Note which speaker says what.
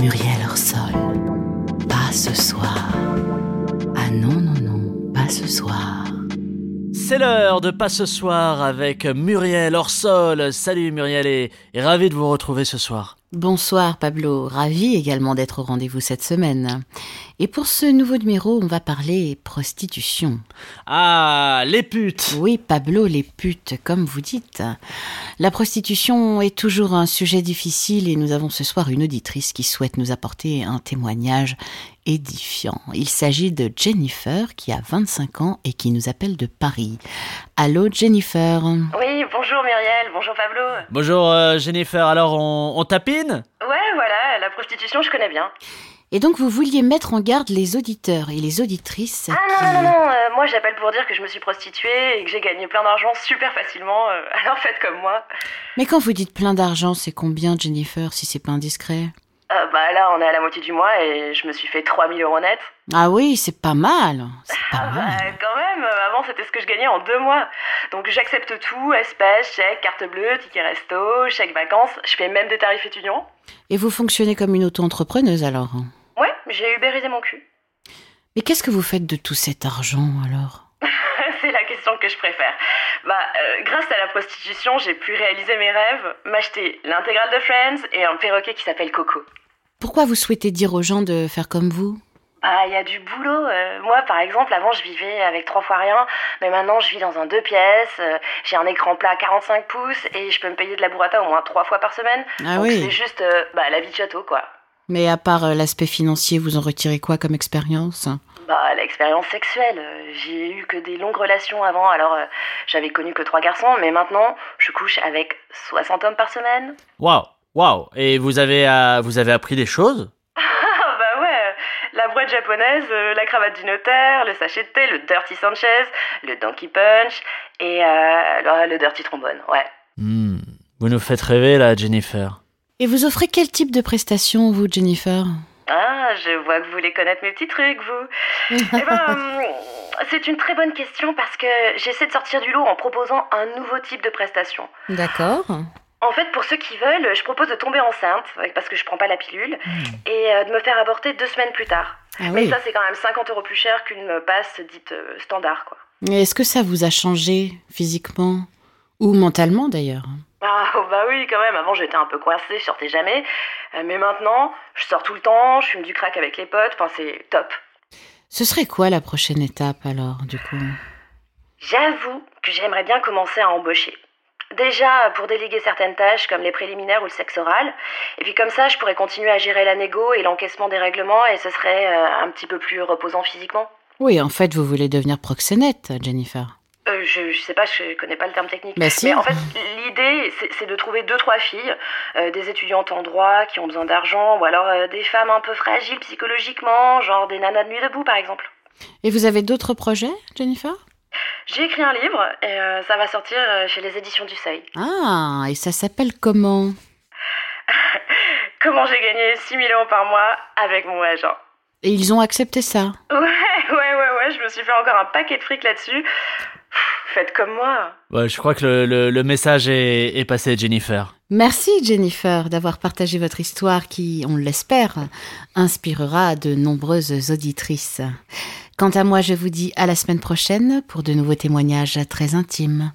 Speaker 1: Muriel Orsol. Pas ce soir. Ah non, non, non, pas ce soir.
Speaker 2: C'est l'heure de Pas ce soir avec Muriel Orsol. Salut Muriel et, et ravi de vous retrouver ce soir.
Speaker 1: Bonsoir Pablo, ravi également d'être au rendez-vous cette semaine. Et pour ce nouveau numéro, on va parler prostitution.
Speaker 2: Ah, les putes
Speaker 1: Oui Pablo, les putes, comme vous dites. La prostitution est toujours un sujet difficile et nous avons ce soir une auditrice qui souhaite nous apporter un témoignage édifiant. Il s'agit de Jennifer qui a 25 ans et qui nous appelle de Paris. Allô Jennifer
Speaker 3: Oui, bonjour Muriel, bonjour Pablo.
Speaker 2: Bonjour euh, Jennifer, alors on, on tapine
Speaker 3: Ouais, voilà, la prostitution, je connais bien.
Speaker 1: Et donc vous vouliez mettre en garde les auditeurs et les auditrices
Speaker 3: Ah
Speaker 1: qui-
Speaker 3: non, non, non, non, euh, moi j'appelle pour dire que je me suis prostituée et que j'ai gagné plein d'argent super facilement, euh, alors faites comme moi.
Speaker 1: Mais quand vous dites plein d'argent, c'est combien Jennifer si c'est pas indiscret
Speaker 3: Euh, bah là, on est à la moitié du mois et je me suis fait 3000 euros net.
Speaker 1: Ah oui, c'est pas mal. C'est pas
Speaker 3: Ah
Speaker 1: mal.
Speaker 3: bah quand même, euh, avant c'était ce que je gagnais en deux mois. Donc j'accepte tout, espèces, chèques, carte bleue, ticket resto, chèque vacances, je fais même des tarifs étudiants.
Speaker 1: Et vous fonctionnez comme une auto-entrepreneuse alors
Speaker 3: Ouais, j'ai ubérisé mon cul.
Speaker 1: Mais qu'est-ce que vous faites de tout cet argent alors
Speaker 3: C'est la question que je préfère. Bah, euh, grâce à la prostitution, j'ai pu réaliser mes rêves, m'acheter l'intégrale de Friends et un perroquet qui s'appelle Coco.
Speaker 1: Pourquoi vous souhaitez dire aux gens de faire comme vous
Speaker 3: Bah, il y a du boulot. euh. moi, par exemple, avant, je vivais avec trois fois rien, mais maintenant, je vis dans un deux pièces. euh, j'ai un écran plat à 45 pouces et je peux me payer de la burrata au moins trois fois par semaine.
Speaker 1: Ah
Speaker 3: Donc,
Speaker 1: oui.
Speaker 3: C'est juste, euh, bah, la vie de château, quoi.
Speaker 1: Mais à part euh, l'aspect financier, vous en retirez quoi comme expérience
Speaker 3: Bah, l'expérience sexuelle. euh, J'ai eu que des longues relations avant, alors euh, j'avais connu que trois garçons, mais maintenant, je couche avec 60 hommes par semaine.
Speaker 2: Waouh, waouh Et vous avez, euh, vous avez appris des choses
Speaker 3: Ah bah ouais, la boîte japonaise, euh, la cravate du notaire, le sachet de thé, le Dirty Sanchez, le Donkey Punch et euh, le, le Dirty Trombone, ouais.
Speaker 2: Hmm, Vous nous faites rêver là, Jennifer.
Speaker 1: Et vous offrez quel type de prestations, vous, Jennifer
Speaker 3: Ah, je vois que vous voulez connaître mes petits trucs, vous. eh ben, hum, c'est une très bonne question parce que j'essaie de sortir du lot en proposant un nouveau type de prestation.
Speaker 1: D'accord.
Speaker 3: En fait, pour ceux qui veulent, je propose de tomber enceinte, parce que je prends pas la pilule, et euh, de me faire aborter deux semaines plus tard.
Speaker 1: Hmm. Ah
Speaker 3: Mais
Speaker 1: oui.
Speaker 3: ça, c'est quand même 50 euros plus cher qu'une passe dite euh, standard, quoi.
Speaker 1: Et Est-ce que ça vous a changé physiquement ou mentalement d'ailleurs
Speaker 3: Ah oh bah oui quand même, avant j'étais un peu coincée, je sortais jamais. Euh, Mais maintenant, je sors tout le temps, je fume du crack avec les potes, enfin c'est top.
Speaker 1: Ce serait quoi la prochaine étape alors, du coup
Speaker 3: J'avoue que j'aimerais bien commencer à embaucher. Déjà pour déléguer certaines tâches comme les préliminaires ou le sexe oral. Et puis comme ça, je pourrais continuer à gérer la négo et l'encaissement des règlements et ce serait euh, un petit peu plus reposant physiquement.
Speaker 1: Oui, en fait, vous voulez devenir proxénète, Jennifer.
Speaker 3: Euh, je, je sais pas, je connais pas le terme technique.
Speaker 1: Bah si.
Speaker 3: Mais en fait, l'idée, c'est- c'est de trouver deux, trois filles, euh, des étudiantes en droit qui ont besoin d'argent, ou alors euh, des femmes un peu fragiles psychologiquement, genre des nanas de nuit debout par exemple.
Speaker 1: Et vous avez d'autres projets, Jennifer
Speaker 3: J'ai écrit un livre et euh, ça va sortir euh, chez les éditions du Seuil.
Speaker 1: Ah, et ça s'appelle comment
Speaker 3: Comment j'ai gagné 6000 euros par mois avec mon agent.
Speaker 1: Et ils ont accepté ça.
Speaker 3: Ouais, ouais, ouais, ouais, je me suis fait encore un paquet de fric là-dessus. Pff, Faites comme moi.
Speaker 2: Ouais, je crois que le, le- le message est, est passé, Jennifer.
Speaker 1: Merci Jennifer d'avoir partagé votre histoire qui, on l'espère, inspirera de nombreuses auditrices. Quant à moi, je vous dis à la semaine prochaine pour de nouveaux témoignages très intimes.